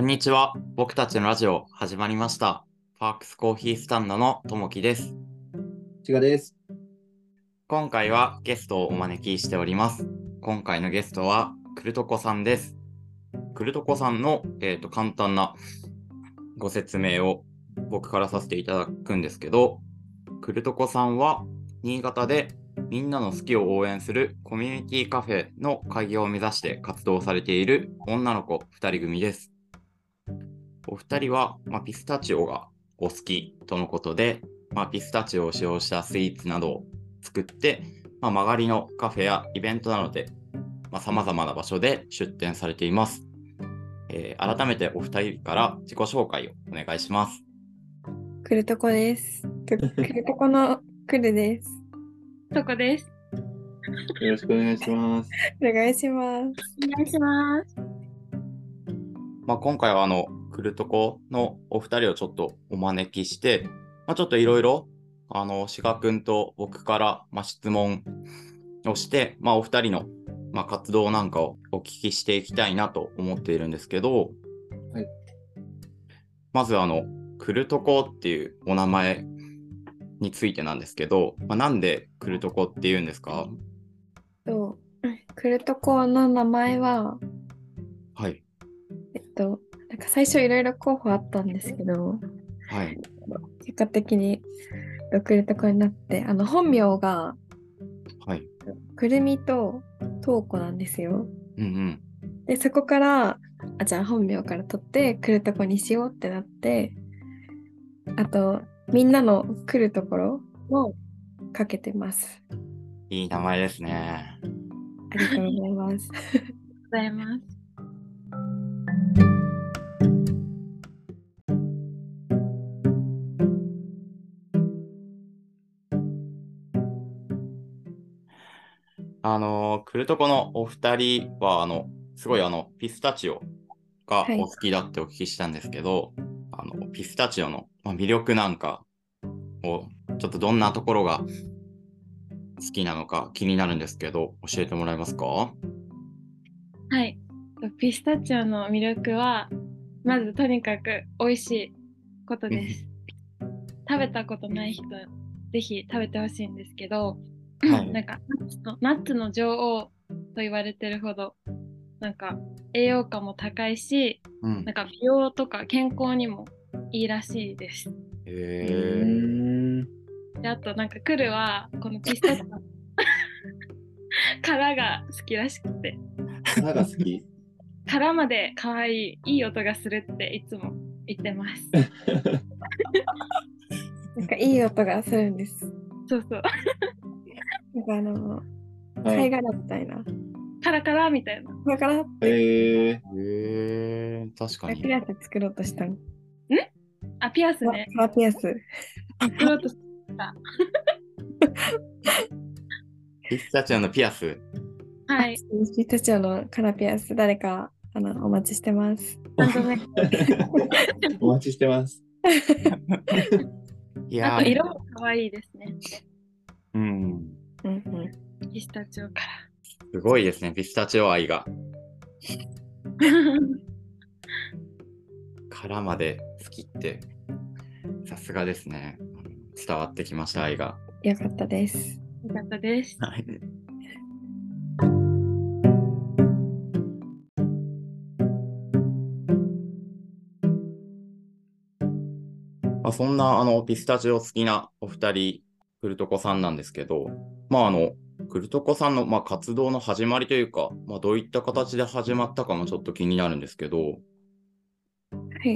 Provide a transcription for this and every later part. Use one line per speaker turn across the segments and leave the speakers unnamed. んにちは。僕たちのラジオ始まりました。パークスコーヒースタンドのともきです。
ちがです。
今回はゲストをお招きしております。今回のゲストはくるとこさんです。くるとこさんの、えー、と簡単なご説明を僕からさせていただくんですけど、くるとこさんは新潟でみんなの好きを応援するコミュニティカフェの開業を目指して活動されている女の子2人組です。お二人は、まあ、ピスタチオがお好きとのことで、まあ、ピスタチオを使用したスイーツなどを作って、まあ、曲がりのカフェやイベントなどでさまざ、まな場所で出店されています、えー改めてお二人から自己紹介をお願いします。
くるとこです。くくるとこのくるです。
とこです。
よろしくお願いします。
お願いします。
お願いします。
まあ、今回はあの、くるとこのお二人をちょっとお招きして、まあ、ちょっといろいろ、あの、志賀くんと僕から、まあ、質問をして、まあ、お二人の、まあ、活動なんかをお聞きしていきたいなと思っているんですけど、
はい
まずあの、くるとこっていうお名前についてなんですけど、まあ、なんでくるとこっていうんですか
とくるとこの名前は、
はい。
えっと、なんか最初いろいろ候補あったんですけど、
はい。
結果的にえっとくるとこになって、あの本名が
はい。
くるみととうこなんですよ。
うんうん。
で、そこから、あ、じゃあ本名から取って、くるとこにしようってなって、あと、みんなの来るところもかけてます。
いい名前ですね。
ありがとうございます。
ございます。
あのー、クルトコのお二人は、あの、すごいあの、ピスタチオが
はい
お好きだってお聞きしたんですけど、あの、ピスタチオのまあ魅力なんかを、ちょっとどんなところが好きなのか気になるんですけど、教えてもらえますか
はい。ピスタチオの魅力は、まずとにかく美味しいことです。食べたことない人、ぜひ食べてほしいんですけど、
はい
なんかナッツの、ナッツの女王と言われてるほど、なんか栄養価も高いし、
うん
な。んか美容とか健康にもいいらしいです。
へー
ん。
であとなんかクルはこのピスタチオの 殻が好きらしくて
花が好き。
殻まで可愛いいい音がするっていつも言ってます
なんかいい音がするんです。
そう そう
なんかあの、
は
貝
い。
殻みたいな。
カラカラみたいな
だから、
ええ
へー確かに
ピ。アス作ろうとしたの。
あピアスね
カラピアス。
作ろうとし
ピスタチオのピアス。
はい
ピタチオのカラピアス、誰か、あの、お待ちしてます。
なんとね
ー。お待ちしてます。
いや
あ
ー
と色も可愛いですね
うん。
うんうん。
ピスタチオか
すごいですね、ピスタチオ愛が。
ら
殻まで好きって、さすがですね。伝わってきました、愛が。
よかったです。
よかったです
はい。まあ、そんなあのピスタチオ好きなお二人、クルトコさんなんですけど、まああの、クルトコさんのまあ活動の始まりというか、まあ、どういった形で始まったかもちょっと気になるんですけど、
はい。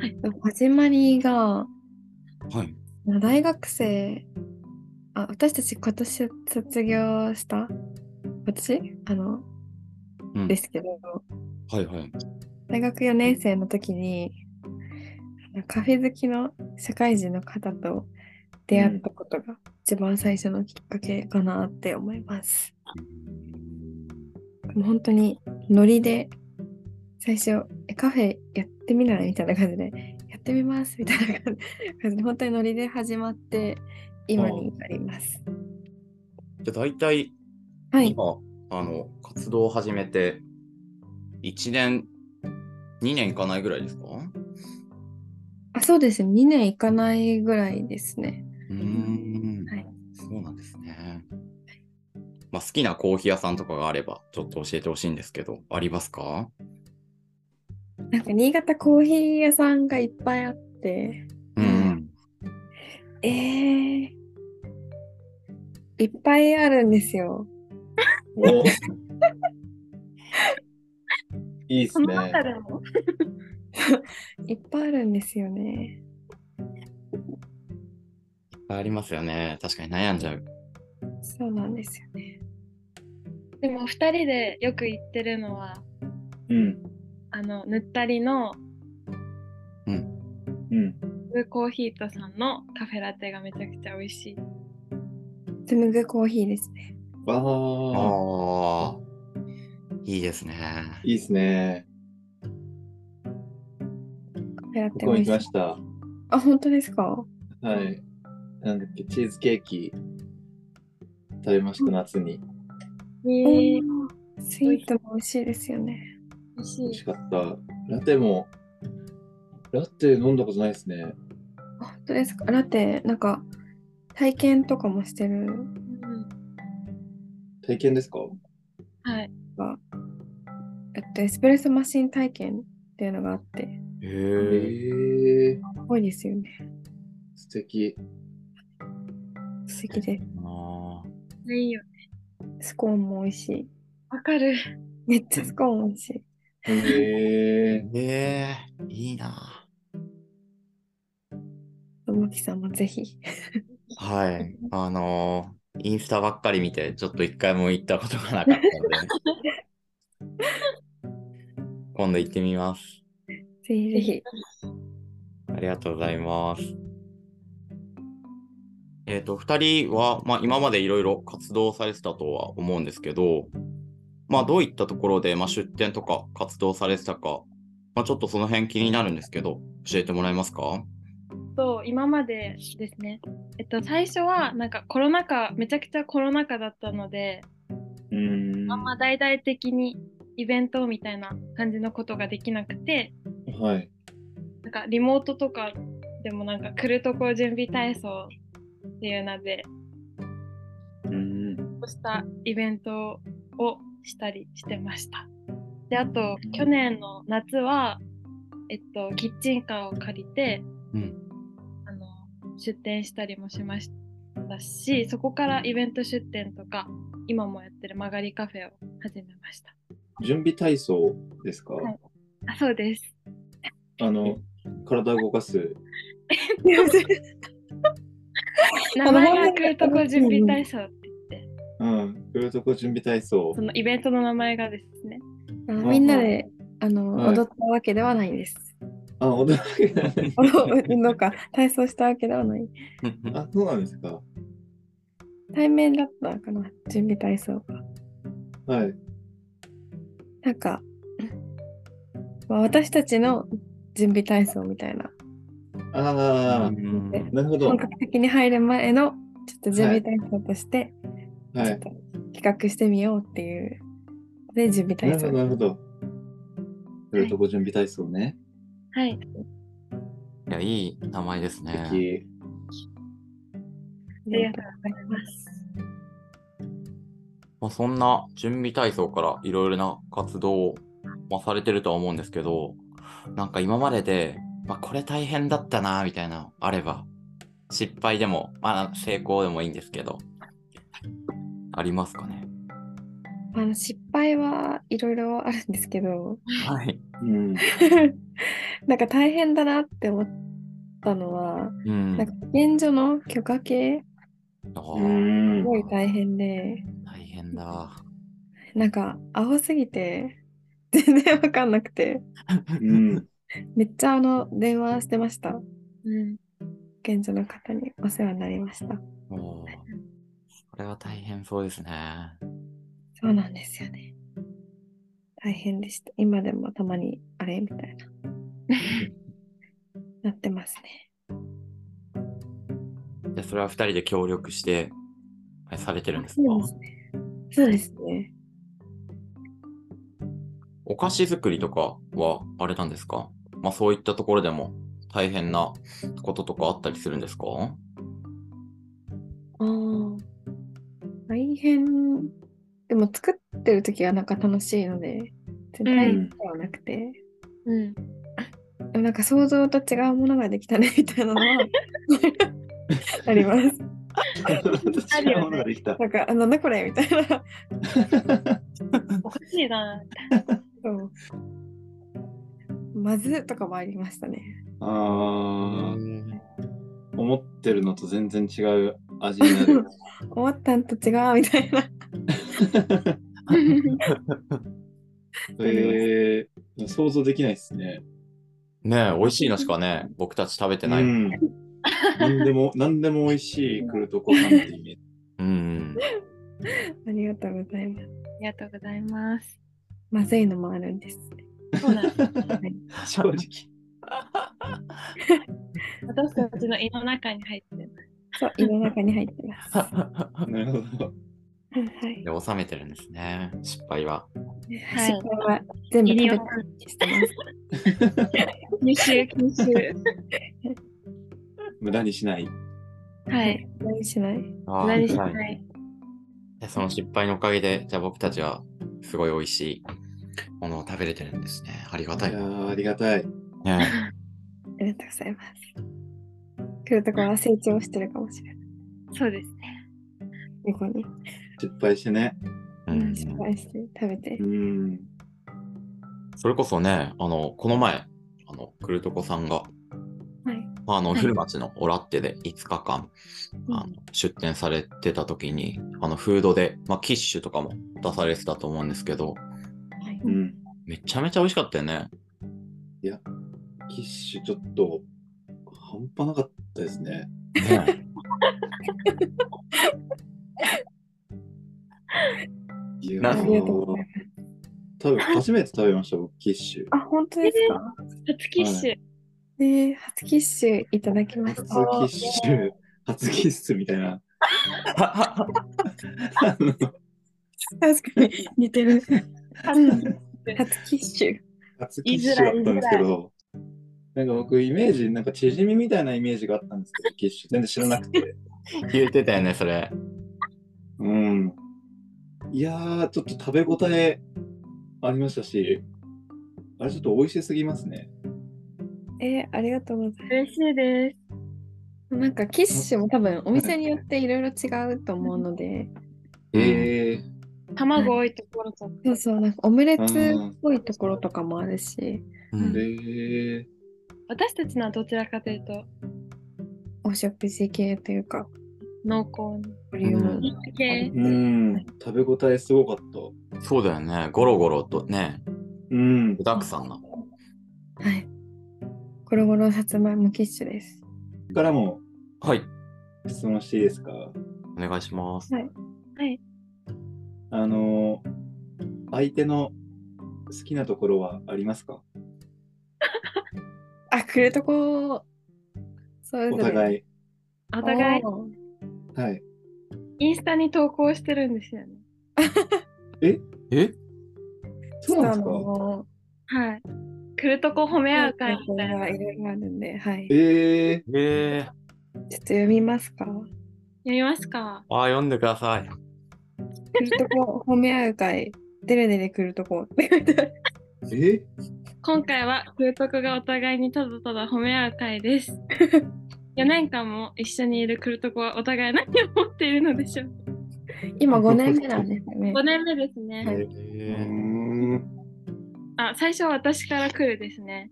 はい
始まりが、
はい。
大学生、あ、私たち今年卒業した私あの、
うん、
ですけど、
はいはい。
大学4年生の時にあのカフェ好きの社会人の方と出会ったことが一番最初のきっかけかなって思います。もう本当にノリで最初えカフェやってみないみたいな感じでやってみますみたいな感じで本当にノリで始まって今になります。
じゃあ大体
はい、
今、あの、活動を始めて、1年2年いかないぐらいですか
あ、そうですね。2年いかないぐらいですね。
うーん、
はい
そうなんですね。まあ、好きなコーヒー屋さんとかがあれば、ちょっと教えてほしいんですけど、ありますか
なんか新潟コーヒー屋さんがいっぱいあって、
うん。
えー、いっぱいあるんですよ。
おいいっす
その
ね。
中でも
いっぱいあるんですよね。
いっぱいありますよね。確かに悩んじゃう。
そうなんですよね。
でも2人でよく行ってるのは
うん。
あのぬったりの
うん。
ブーコーヒートさんのカフェラテがめちゃくちゃ美味しい
つむぐコーヒーですね。
わあ、
ああ。いいですね。
いいっすね。
カフェラテ
僕も行き
美
ま
味しい
した。
あ、本当ですか
はい。なんだっけ、チーズケーキ食べました、夏に。
美
スイートも美味しいですよね。
味し
美味
い
しかった。ラテも、ラテ飲んだことないですね。
あ本当ですかだって、なんか、体験とかもしてる。
うん
体験ですか
はい
えっと、エスプレッソマシン体験っていうのがあって、
へ
へ
え。
えー、
すごいですよね。
素敵。
素敵で。
あ
いいよ
スコーンも美味しい。
わかる
めっちゃスコーン美味しい。
へえ
ーへえ。いいな。
もきさんもぜひ。
はい。 あのーインスタばっかり見て、ちょっと一回も行ったことがな かったので。今度行ってみます。
ぜひぜ ひ。
ありがとうございます。えっ、と、2人は、まあ、今までいろいろ活動されてたとは思うんですけど、まあ、どういったところで、まあ、出店とか活動されてたか、まあ、ちょっとその辺気になるんですけど、教えてもらえますか
と今までですねえっと最初はなんかコロナ禍めちゃくちゃコロナ禍だったので
うーん。
あんま大々的にイベントみたいな感じのことができなくて
はい。
なんかリモートとかでもなんか来るとこ準備体操っていう名で
うん。
こうしたイベントをしたりしてました。であと去年の夏は、えっと、キッチンカーを借りて、
うん
あの出店したりもしましたしそこからイベント出店とか今もやってる曲がりカフェを始めました。
準備体操ですか、
はいあそうです。
あの、体を動かす。
名前が来るとこ準備体操って言って
うん。来るとこ準備体操
そ。のイベントの名前がですね
あみんなで、あの、
はい
踊ったわけではない です。
あ、踊るわけなんだ
踊なんか、体操したわけではない。
あ、そうなんですか
対面だったのかな準備体操が。
はい。
なんか、まあ、私たちの準備体操みたいな。
あ
うん
あ、なるほど。は
本
い。
格的に入る前の、ちょっと準備体操として、ちょっと企画してみようっていう。で、準備
な
体
るほど、
操。
なるほど。来るとこ準備体操ね。
はい
いや、いい名前です
素
ね。
敵。
ありがとうございます
まあ、そんな準備体操からいろいろな活動を、まあ、されてるとは思うんですけど、なんか今までで、まあ、これ大変だったな、みたいなのあれば、失敗でも、まあ、成功でもいいんですけど、ありますかね。
あの失敗はいろいろあるんですけど、
はい。
うん。
なんか大変だなって思ったのは、
うん。
なんか保健所の許可系
あ
う
ー
ん
すごい大変で、
大変だ。
なんか青すぎて 全然わかんなくて、
うん。
めっちゃあの電話してました。保
うん
健所の方にお世話になりました。
もう、それは大変そうですね。
そうなんですよね。大変でした。今でもたまにあれみたいな。なってますね。
で、それは二人で協力して、あれされてるんですか
そうですね。そうですね。
お菓子作りとかはあれなんですかまあそういったところでも大変なこととかあったりするんですか
あー大変。でも作ってる時はなんか楽しいので、絶対ではなくて、
うん。
でもなんか想像と違うものができたねみたいなの はあります。
あるよ
違
ね
うものができた。
なんか、あなんだこれみたいな。
おかしい な。
そうまずとかもありましたね。
あー思ってるのと全然違う味になる。
思ったんと違うみたいな。
えー、想像できないですね。
ねえ、美味しいのしかね、僕たち食べてない。
う
うん。
ん。何でも、何でも美味しい来るとこさんってイメージ。
ありがとうございます。
ありがとうございます。
まずいのもあるんです。
そうなんです。
はい、
正直。
私たちの胃の中に入ってる。
そう、胃の中に入ってます。は
なるほど。
い。
で、収めてるんですね、失敗は。
はい
失敗は全部食べたようにしてます。
二週、二週。
無駄にしない。
はい。
何しない。
あ
何し
はい
ない。
でその失敗のおかげで、じゃあ僕たちはすごい美味しいものを食べれてるんですね。ありが
い
たい。
や
ね
ーありがたい。
え
ありがとうございます。来るところは成長してるかもしれない。
そうですね。
猫に
失敗してね。
う
うん
ん、
失敗して食べて
う。ん。
それこそね、あの、この前、あの、くるとこさんが、
はい。
まあ、あの、
はい
古町のオラッテで5日間、あの出店されてた時に、あの、フードで、まあ、キッシュとかも出されてたと思うんですけど、
はい
うん。
めちゃめちゃ美味しかったよね。
キッシュちょっと半端なかったですね。
ね
いや
な
あ
るほ
りが
ど
とうございます。
多分初めて食べました、僕、キッシュ。
あ、本当ですか。
初キッシュ。
えー、初キッシュいただきまし
初キ
た。
ッシュ、初キッスみたいな。 あの
確かに似てる。
初
初キッシュ。
初キッシュだったんですけど、なんか僕、イメージ、なんか縮みみたいなイメージがあったんですけど、キッシュ。全然知らなくて。
言ってたよね、それ。
うん。いやー、ちょっと食べ応えありましたし、あれちょっと美味しすぎますね。
えー、ありがとうござい
嬉しいです。
ます。なんかキッシュも多分お店によっていろいろ違うと思うので、
えー、
卵多いところとか。
そうそう、なんかオムレツっぽいところとかもあるし、
う
え
ん
ー、
私たちのはどちらかというと、
お食事系というか、
濃厚に。
ボリューム。
系
うん、食べ応えすごかった。
そうだよね。ゴロゴロとね、
うん
具、だくさんな。
はい。ゴロゴロさつまいもキッシュです。
僕からも
はい、
質問していいですか
お願いします。
はい。
あの相手の好きなところはありますか
あ、来るとこ、それぞ
お
れ。
互い。
お互い、
おー
はい。
インスタに投稿してるんですよね。
え
そうなん
ちょっとあ
ですか
の
はい。来るとこ褒め合う会みたいな。
が
読
いろいろあるんで、はい。ちょ
ええ
えー、
っと読みますか。
みますか
あー、読んでください。
来るとこ、褒め合う会、デレデレ来るとこって書いてある。
え
今回は来るとこがお互いにただただ褒め合う会です。4年間も一緒にいる来るとこはお互い何を持っているのでしょう。
今5年目なんですよ ね
5。年目ですね。
うー
え
ん
あ、最初は私から来るですね。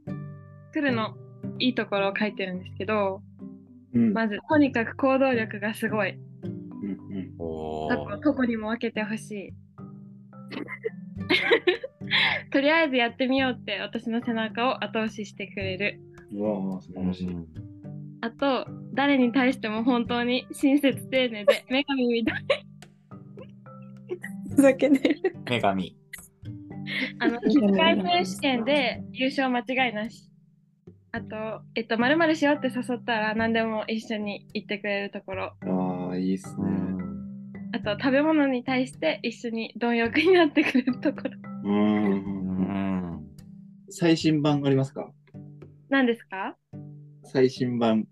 来るのいいところを書いてるんですけど、
うん
まずとにかく行動力がすごい。
うん
ー、お
あ
ー
と、どこにも分けてほしい。 とりあえずやってみようって私の背中を後押ししてくれる。
うん。うわあ、素晴らしい。
あと、誰に対しても本当に親切丁寧で女神みたい。
ふざけてる。
女神。
あの、機械選手権で優勝間違いなし。あと、えっと、まるしようって誘ったら何でも一緒に行ってくれるところ。
ああ、いいっすね。
あと、食べ物に対して一緒に貪欲になってくれるところ。
うー
う
ん。
ん
最新版ありますか
何ですか
最新版。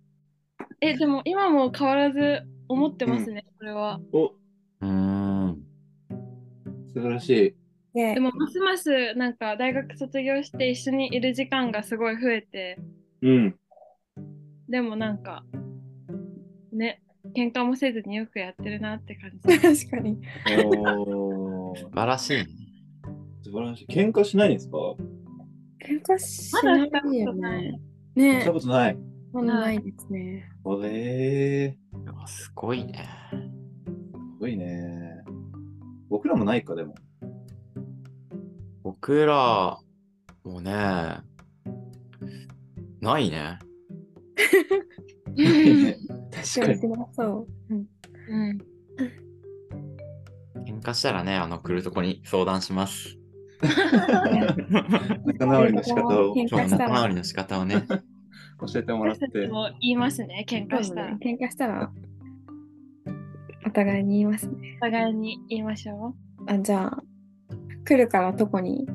え、でも今も変わらず思ってますね、これは。
お、
うーん。
素晴らしい。
ね
でも、ますますなんか大学卒業して一緒にいる時間がすごい増えて、
うん。
でもなんか、ね、喧嘩もせずによくやってるなって感 じ。
確かに。
おー
素晴らしいね。
素晴らしい。喧嘩しないんですか
喧嘩し
まだ
な
したこ
いよ
とな
ね
い。。
し
ね
たことない。
そんなないですね。
えー、
いやすごいね。
すごいね。僕らもないか、でも。
僕らもね、ないね。
確
喧
か
嘩
に
し。なそう。うん
うん、
喧嘩したらね、あの、来るとこに相談します。
仲直りの仕方を
喧嘩
そう、
した
仲直
ら、
りの仕方を ね。
教えてもらっ
私た
て
ち。も言いますね、喧嘩したら。
喧嘩したら、お互いに言いますね。
お互いに言いましょ
あ、じゃあ、来るからどこに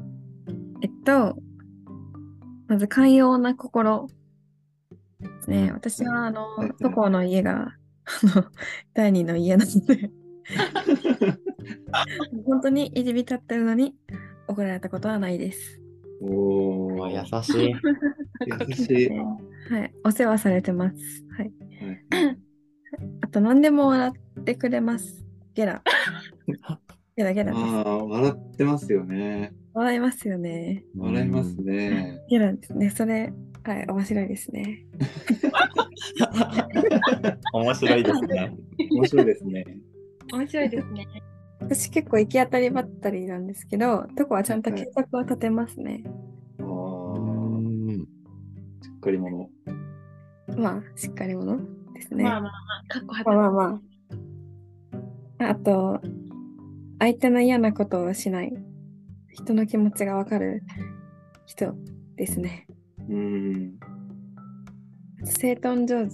えっと、まず寛容な心。ね、私は、あの
うん、
都高の家が、あの、第二の家なので、本当に入り浸ってるのに怒られたことはないです。
お
うわ優
ー、
しい。
優しい。
はい。お世話されてます。はい。
はい
あと、何でも笑ってくれます。ゲ ラ。ゲラゲラ
あ
です。
あ、笑ってますよね。
笑いますよね。
笑いますね。
ゲラですね。それ、はい、面白いですね。
面白いです ね。
面白いですね。
う。面白いですね。
私結構行き当たりばったりなんですけど、とこはちゃんと計画を立てますね。
あ
う
あ、
ん
しっかり者。
まあ、しっかり者ですね。
ま
ま
あまあまあ、かっこは
あまあまあ。あと、相手の嫌なことをしない。人の気持ちがわかる人ですね。
うん。
あと整頓上手。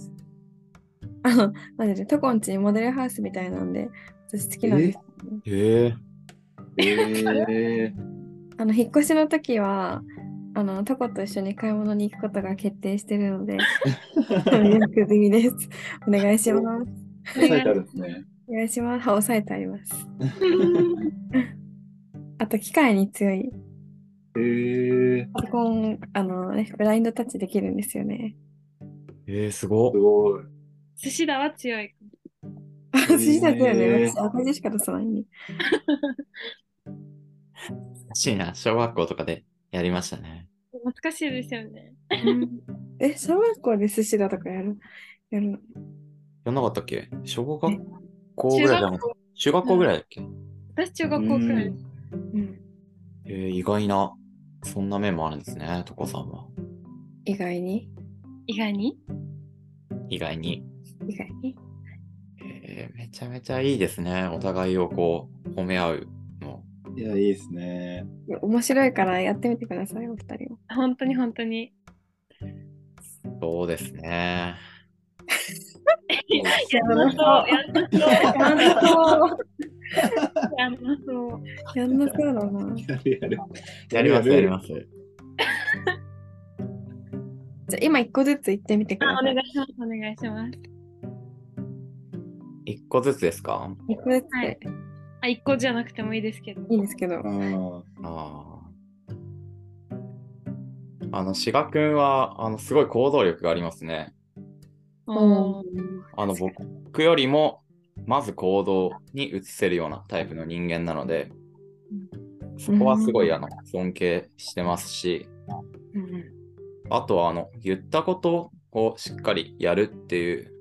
あの、マジで、とこんちにモデルハウスみたいなんで、私好きなんです。
へえ。
ええ
あの、引っ越しの時は、あの、とこと一緒に買い物に行くことが決定してるので、予約済みです。お願いします。
書いてあるんですね。
お願いします。はい押さえてあります。あと、機械に強い。
ええ
パソコン、あのね、ブラインドタッチできるんですよね。
えー、すごっ
す。ごい。
寿司だは強い。
あ、
ー
寿司だったよね。私、赤字しか出さないね。
懐かしいな。小学校とかでやりましたね。
懐かしいですよね。
え、小学校で寿司だとかやるやるの
やんなかったっけ小学校ぐらいだもん。中学校ぐらいだっけ
私、中学校くらい。
うん。
えー、意外な。そんな面もあるんですね、とこさんは。
意外に
意外に
意外に。
意外に
えーめちゃめちゃいいですね。お互いをこう、褒め合うの。
いや、いいですね。
いや面白いからやってみてください、お二人も。
本当に本当に。
そうですね。
やらなそう。やらなそう。やらな そう。やらなそう。
やんなそうだな。
やるやる。
やります、やります。
じゃあ、今一個ずつ言ってみてくだ
あお
さ
願
い。
いします。お願いします。
一個ずつですか
一個ずつで
はいあ、一個じゃなくてもいいですけど。
いいんですけど。
あ
ああ。あの、志賀くんは、あの、すごい行動力がありますね。
おー
あの、僕よりも、まず行動に移せるようなタイプの人間なので、そこはすごい、あの、尊敬してますし、
うん
あとは、あの、言ったことをしっかりやるっていう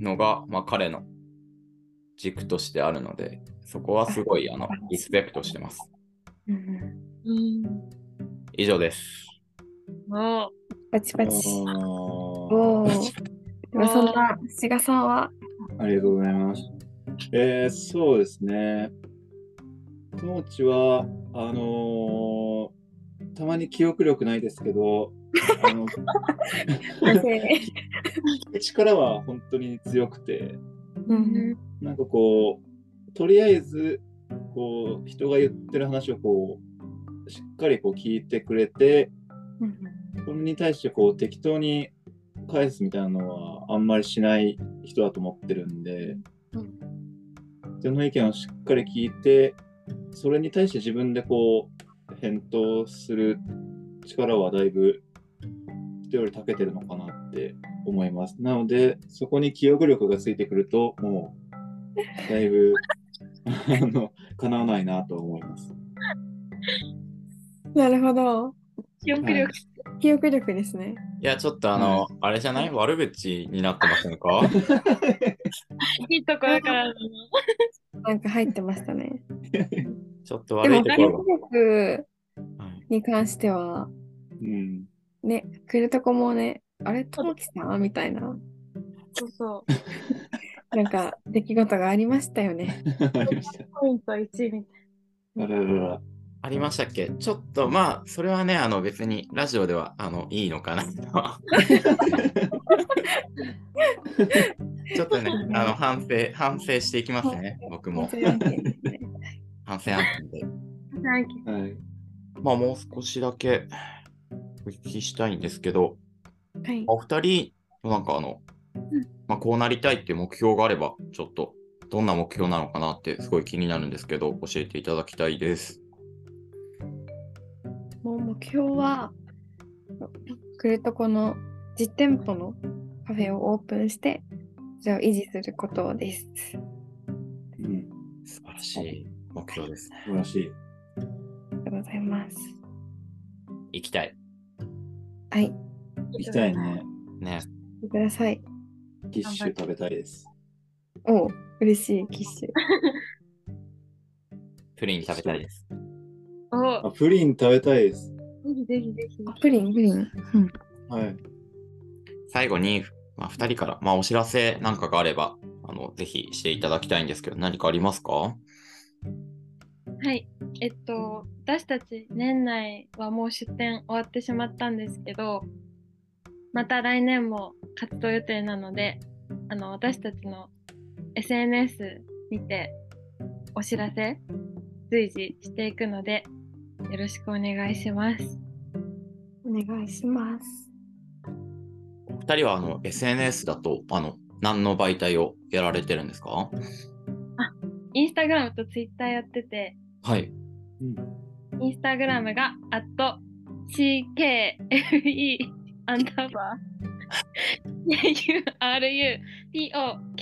のが、まあ、彼の軸としてあるので、そこはすごい、あの、リスペクトしてます。
うんうん
うん。
以上です。
おー
パチ
あ
パチ。
ー。
おお。でもそんな志賀さんは、
ありがとうございます。えー、そうですね。当地は、あのーたまに記憶力ないですけど、あの 力は本当に強くて、
うん
なんかこう、とりあえず、こう、人が言ってる話をこう、しっかりこう聞いてくれて、それに対してこう適当に返すみたいなのはあんまりしない人だと思ってるんで、
うん
人の意見をしっかり聞いてそれに対して自分でこう返答する力はだいぶ人より長けてるのかなって思いますなのでそこに記憶力がついてくるともうだいぶ あの叶わないなと思います
なるほど。
記憶力、
はい
記憶力ですね。
いや、ちょっとあの、あれじゃない悪口になってませんか
いいとこだからな
なんか入ってましたね。
ちょっと
で
悪い
も、
と
記
こ
憶力
ろが。はい
に関しては、
うん
ね、来るとこもね、あれ、ともきさんみたいな、
そうそう。
なんか出来事がありましたよね。
ありました
ポイント1みたいな。
あららら
ありましたっけちょっとまあ、それはね、あの別にラジオではあのいいのかなと。ちょっとね、あの反省、反省していきますね、僕も
本当。に案件ですね
反省反省で。
はい
はい
まあ、もう少しだけお聞きしたいんですけど、
はい。
お二人のなんかあの、
うん
まあ、こうなりたいっていう目標があれば、ちょっとどんな目標なのかなってすごい気になるんですけど、教えていただきたいです。
もう目標は、クルトコの実店舗のカフェをオープンして、それを維持することです。
うん、
素晴らしい目標ですね。
素晴らしい
ありがとうございます。
行きたい。
はい、
行きたいね
ね。
見てください。
キッシュ食べたいです
おう、嬉しい、キッシュ。
プリン食べたいです。
お
あプリン食べたいです
ぜひぜひぜひ。
あプリン、プリン。うん
はい
最後に、まあ、2人から、まあ、お知らせなんかがあれば、あのぜひしていただきたいんですけど、何かありますか
はい、えっと、私たち年内はもう出店終わってしまったんですけど、また来年も活動予定なので、あの私たちの SNS 見てお知らせ随時していくので、よろしくお願いします。
お願いします。
お二人はあの SNS だとあの何の媒体をやられてるんですか
インスタグラムとツイッターやってて、
はい。
インスタグラムが @CKFE アンダーバー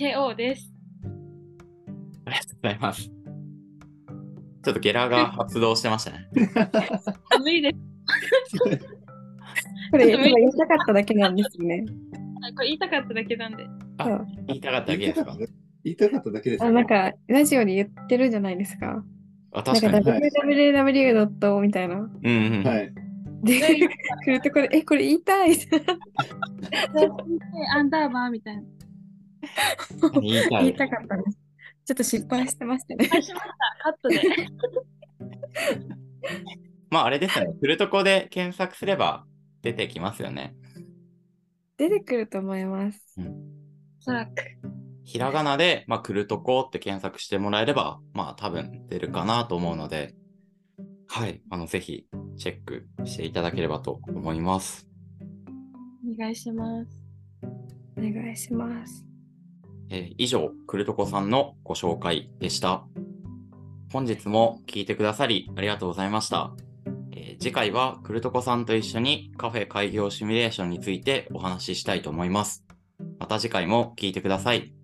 KURUPOKO です。
ありがとうございます。ちょっとゲラが発動してましたね。
寒いです。
これ、
ちょっと無理
今言いたかっただけなんですよね。
あこれ言いたかっただけなんで。
あ言いたかっただけですか
言いたかっただけです
あなんか、ラジオで言ってるじゃないですか。
あ、
なん
確
か、
かに。
かに
www. みたいな。
うんうん。
はい
で、来るとこれ、え、これ言いたいって
アンダーバーみたいな。
言いた
言い
い。
たかったです。ちょっと失敗してましたね。
返しました。カットで。
まあ、あれですね。フルトコで検索すれば出てきますよね。
出てくると思います。
おそらく。
ひらがなで、まあ、クルトコって検索してもらえれば、まあ、多分出るかなと思うので、はい。あの、ぜひ、チェックしていただければと思います。
お願いします。
お願いします。
えー以上、クルトコさんのご紹介でした。本日も聞いてくださりありがとうございました。えー次回はクルトコさんと一緒にカフェ開業シミュレーションについてお話ししたいと思います。また次回も聞いてください。